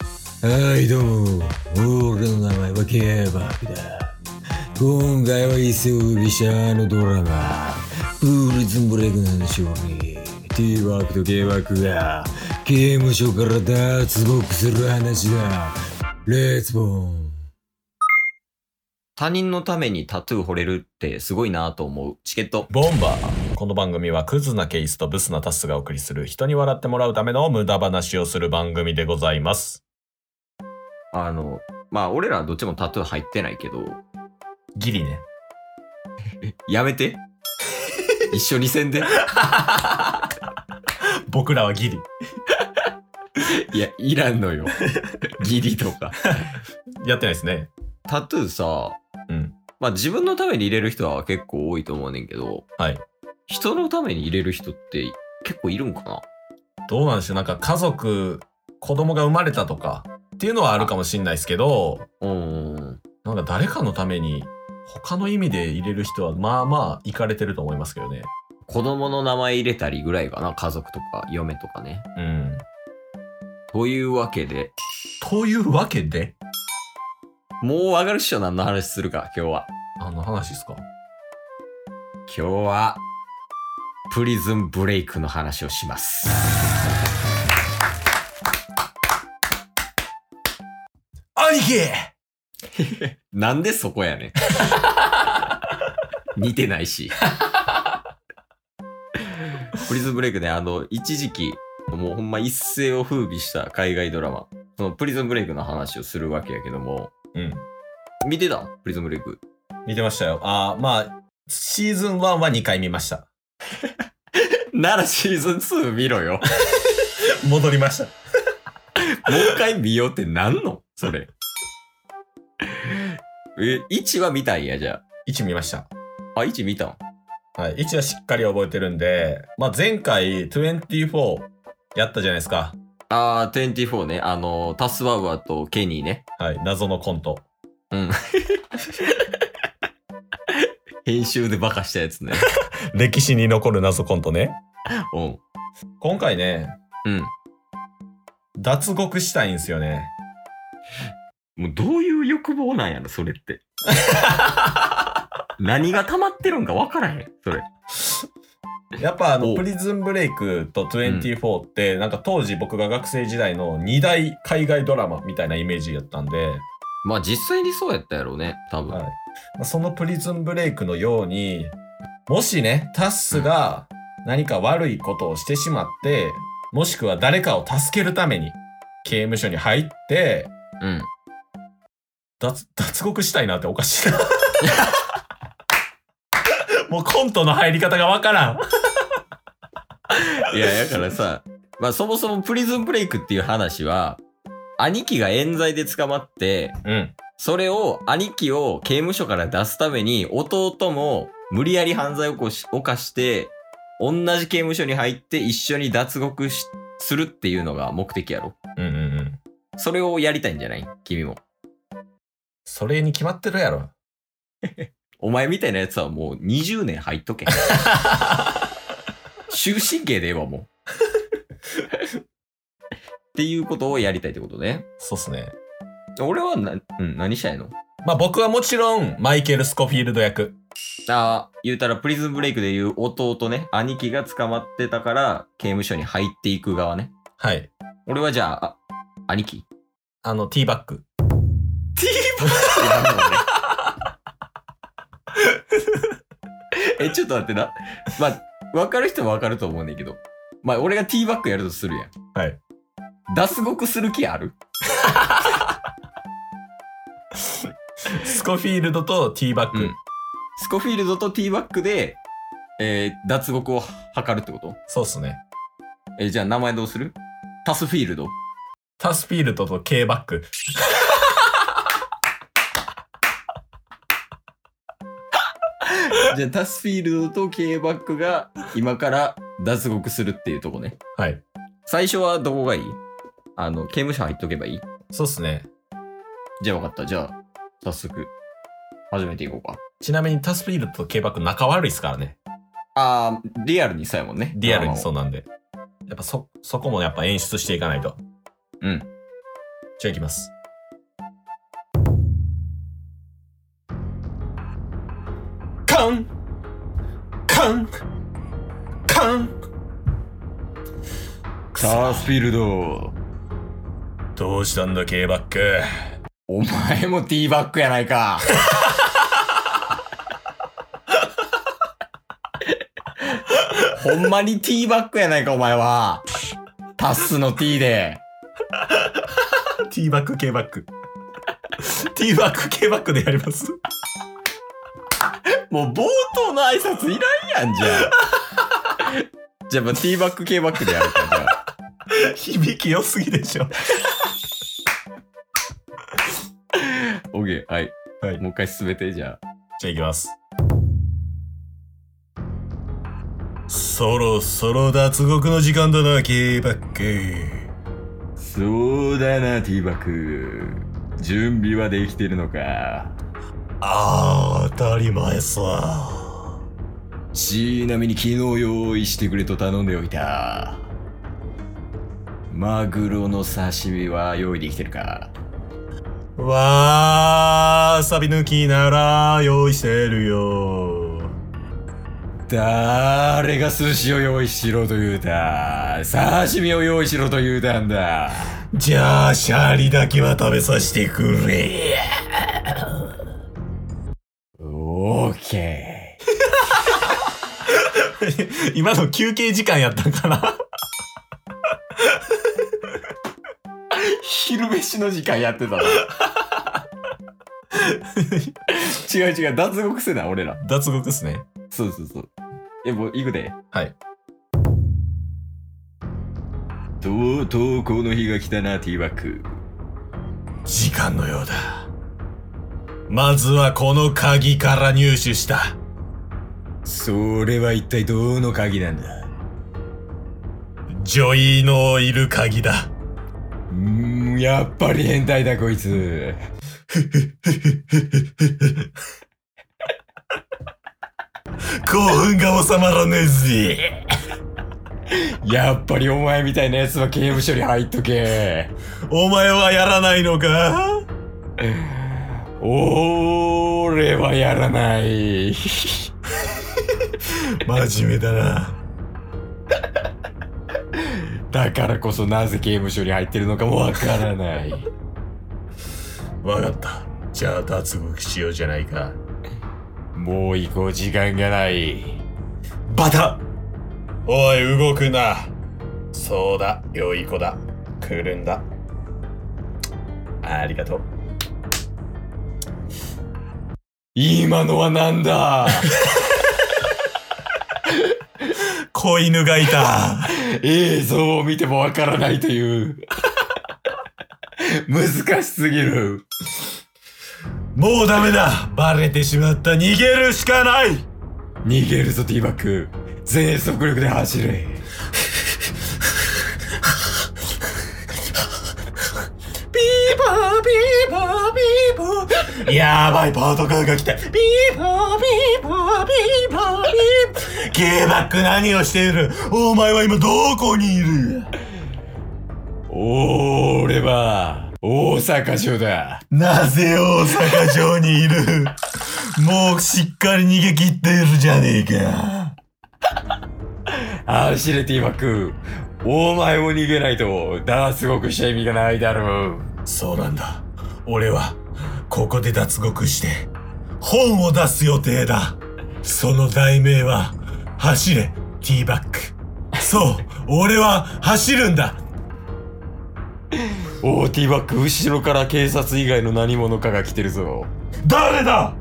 はいどうも俺の名前はケーバーだ今回は一世をリシャーのドラマ「プーリズンブレイク」の話をね T ワークと K ワークが刑務所から脱獄する話だレッツボーン他人のためにタトゥー掘れるってすごいなと思う。チケット。ボンバーこの番組はクズなケイスとブスなタスがお送りする人に笑ってもらうための無駄話をする番組でございますあの、まあ、俺らどっちもタトゥー入ってないけど、ギリねやめ て。一緒にせんで。僕らはギリいや、いらんのよ。ギリとか。やってないですねタトゥーさ、うんまあ、自分のために入れる人は結構多いと思うねんけど、はい人のために入れる人って結構いるんかなどうなんでしょうなんか家族子供が生まれたとかっていうのはあるかもしんないですけどうーん。なんか誰かのために他の意味で入れる人はまあまあいかれてると思いますけどね子供の名前入れたりぐらいかな。家族とか嫁とかね。うんというわけで、というわけでもうわかるっしょ何の話するか、今日は。あの話ですか今日は、プリズンブレイクの話をします。兄貴なんでそこやねん。 似てないし。プリズンブレイクね、あの、一時期、もうほんま一世を風靡した海外ドラマ。そのプリズンブレイクの話をするわけやけども、うん見てたプリズンブレイク。見てましたよ。あーまあ、シーズン1は2回見ました。ならシーズン2見ろよ。も戻りました。う一回見ようってなんのそれ。 え、1は見たんや、じゃ1見ました。あ。あ、1見たんはい。1はしっかり覚えてるんで、まあ、前回24やったじゃないですか。あー、24ね。あの、タスワウアとケニーね。はい。謎のコント。編集でバカしたや つね。歴史に残る謎コントね。うん。今回ね、うん。脱獄したいんですよね。もうどういう欲望なんやろ、それ って。何が溜まってるんか分からへん、それ。やっぱあおの、プリズンブレイクと24って、なんか当時僕が学生時代の2大海外ドラマみたいなイメージやったんで、まあ実際にそうやったやろうね、多分。はいまあ、そのプリズンブレイクのようにもしねタッスが何か悪いことをしてしまってもしくは誰かを助けるために刑務所に入ってうん。脱脱獄したいなっておかし いなもうコントの入り方がわからんいや、だからさ、まあそもそもプリズンブレイクっていう話は、兄貴が冤罪で捕まって、うんそれを兄貴を刑務所から出すために弟も無理やり犯罪を起こし犯して同じ刑務所に入って一緒に脱獄しするっていうのが目的やろうんうんうんそれをやりたいんじゃない君もそれに決まってるやろお前みたいなやつはもう20年入っとけ終身刑でええわもうっていうことをやりたいってことねそうっすね俺はな、うん、何したいのまあ僕はもちろんマイケル・スコフィールド役ああ、言うたらプリズンブレイクでいう弟ね、兄貴が捕まってたから刑務所に入っていく側ね。はい俺はじゃあ、あ兄貴。あのティーバックティーバッグ え、ちょっと待ってな。まあ、わかる人はわかると思うねんだけど。まあ、俺がティーバッグやるとするやん。はい。脱獄する気あるスコフィールドとティーバック、うんスコフィールドとティーバッグで、えー脱獄を図るってことそうっすねえじゃあ名前どうするタスフィールド。タスフィールドと K バック。じゃあタスフィールドと K バックが今から脱獄するっていうとこね。はい。最初はどこがいいあの、刑務所入っとけばいいそうっすね。じゃあ分かった。じゃあ、早速、始めていこうか。ちなみにタスフィールドと K バック仲悪いっすからね。あー、リアルにさえもんね。。リアルにそううなんで。やっぱそ、そこもやっぱ演出していかないと。うん。じゃあ行きます。カンカンカンくそサースフィールド。どうしたんだ K バックお前もティーバックやない か。ほんまにティーバックやないか、お前は。タッスのティーで。ティーバック K バックティーバック K バックでやりますもう冒頭の挨拶いらんやんじゃあ。 じゃあ、まあ、ティーバック系バックでやるか、じゃ あ。響き良すぎでしょオッケー、はい。はいもう一回進めて、じゃあ。じゃあ行きます。そろそろ脱獄の時間だな、ケイバック。そうだな、ティーバック。準備はできてるのか。ああ、当たり前さ。ちなみに昨日用意してくれと頼んでおいたマグロの刺身は用意できてるかわー、サビ抜きなら用意してるよ。誰が寿司を用意しろと言うた刺身を用意しろと言うたんだじゃあ、シャリだけは食べさせてくれ。オーケ今の休憩時間やったんかなー昼飯の時間やってたな 違う違う脱獄せな俺ら 脱獄っすね。そうそうそう。え、もう行くで。はい。とうとうこの日が来たな、ティーバック。時間のようだ。まずはこの鍵から入手した。それは一体どの鍵なんだ女医のいる鍵だ。うーん、やっぱり変態だ、こいつ。 興奮が収まらねえぜ。やっぱりお前みたいなやつは刑務所に入っとけ。お前はやらないのか 俺はやらない。真面目だな。だからこそなぜ刑務所に入ってるのかもわからない。わかった。じゃあ脱獄しようじゃないか。もう行こう、時間がない。バタおい、動くな。そうだ、良い子だ。来るんだ。ありがとう。今のはなんだ子犬がいた。 映像を見てもわからないという。難しすぎる。もうダメだバレてしまった逃げるしかない逃げるぞ、ティーバック。全速力で走れ。ビーバービーバービーバーやばいパートカーが来たビーバービーバービーバービーバー K バック何をしているお前は今どこにいる俺は、大阪城だ。なぜ大阪城にいるもうしっかり逃げ切っているじゃねえか走れ、ティーバック。お前も逃げないと、脱獄した意味がないだろう。そうなんだ俺はここで脱獄して本を出す予定だその題名は「走れティーバック」そう俺は走るんだおお、ティーバック、後ろから警察以外の何者かが来てるぞ。誰だ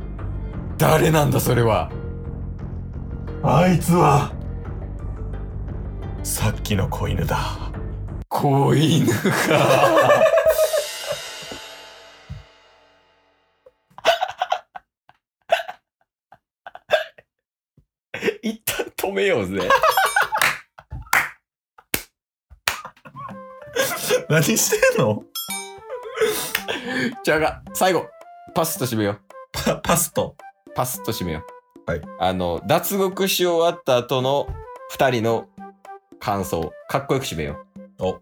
誰なんだ、それは。あいつはさっきの子犬だ子犬か。 一旦止めようぜ。何してんのじゃが、最後、パスッと締めよう。パパストパスッと締めよう。はい。あの、脱獄し終わった後の二人の感想、かっこよく締めよう。お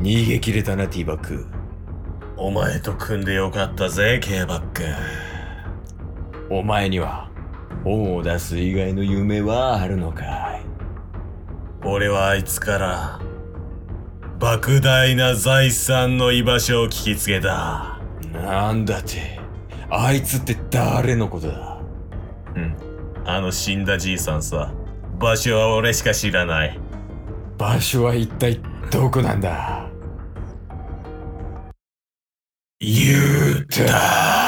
逃げ切れたな、ティーバック。お前と組んでよかったぜ、K バック。お前には、本を出す以外の夢はあるのかい俺はあいつから、莫大な財産の居場所を聞きつけた。なんだって、あいつって誰のことだうん。あの死んだじいさんさ、場所は俺しか知らない。場所は一体どこなんだユータ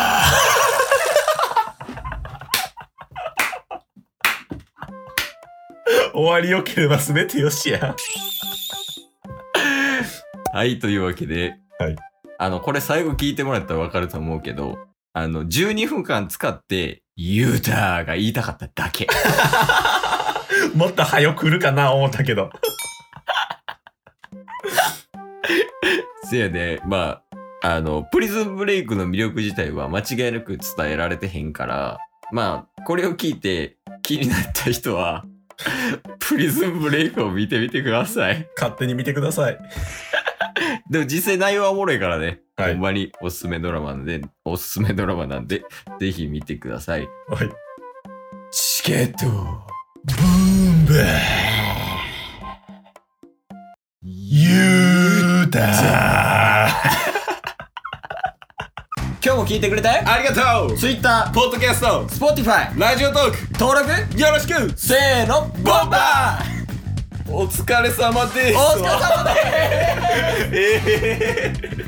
終わりよければ全てよしや。はい、というわけで、はいあの、これ最後聞いてもらったらわかると思うけど、あの、12分間使って、ユーターが言いたかっただけ。 もっと早く来るかな思ったけど。せやで、まあ、あの、プリズンブレイクの魅力自体は間違いなく伝えられてへんから、まあ、これを聞いて気になった人は、 プリズンブレイクを見てみてください。勝手に見てください。でも実際内容はおもろいからね。はいほんまにおすすめドラマなんで、おすすめドラマなんで、ぜひ見てください。はい。チケットブーンベユータ今日も聞いてくれたよありがとう Twitter、ポッドキャスト Spotify、ラジオトー登録、クよろしくせーの、ボンバーお疲れ様ですお疲れ様ですええ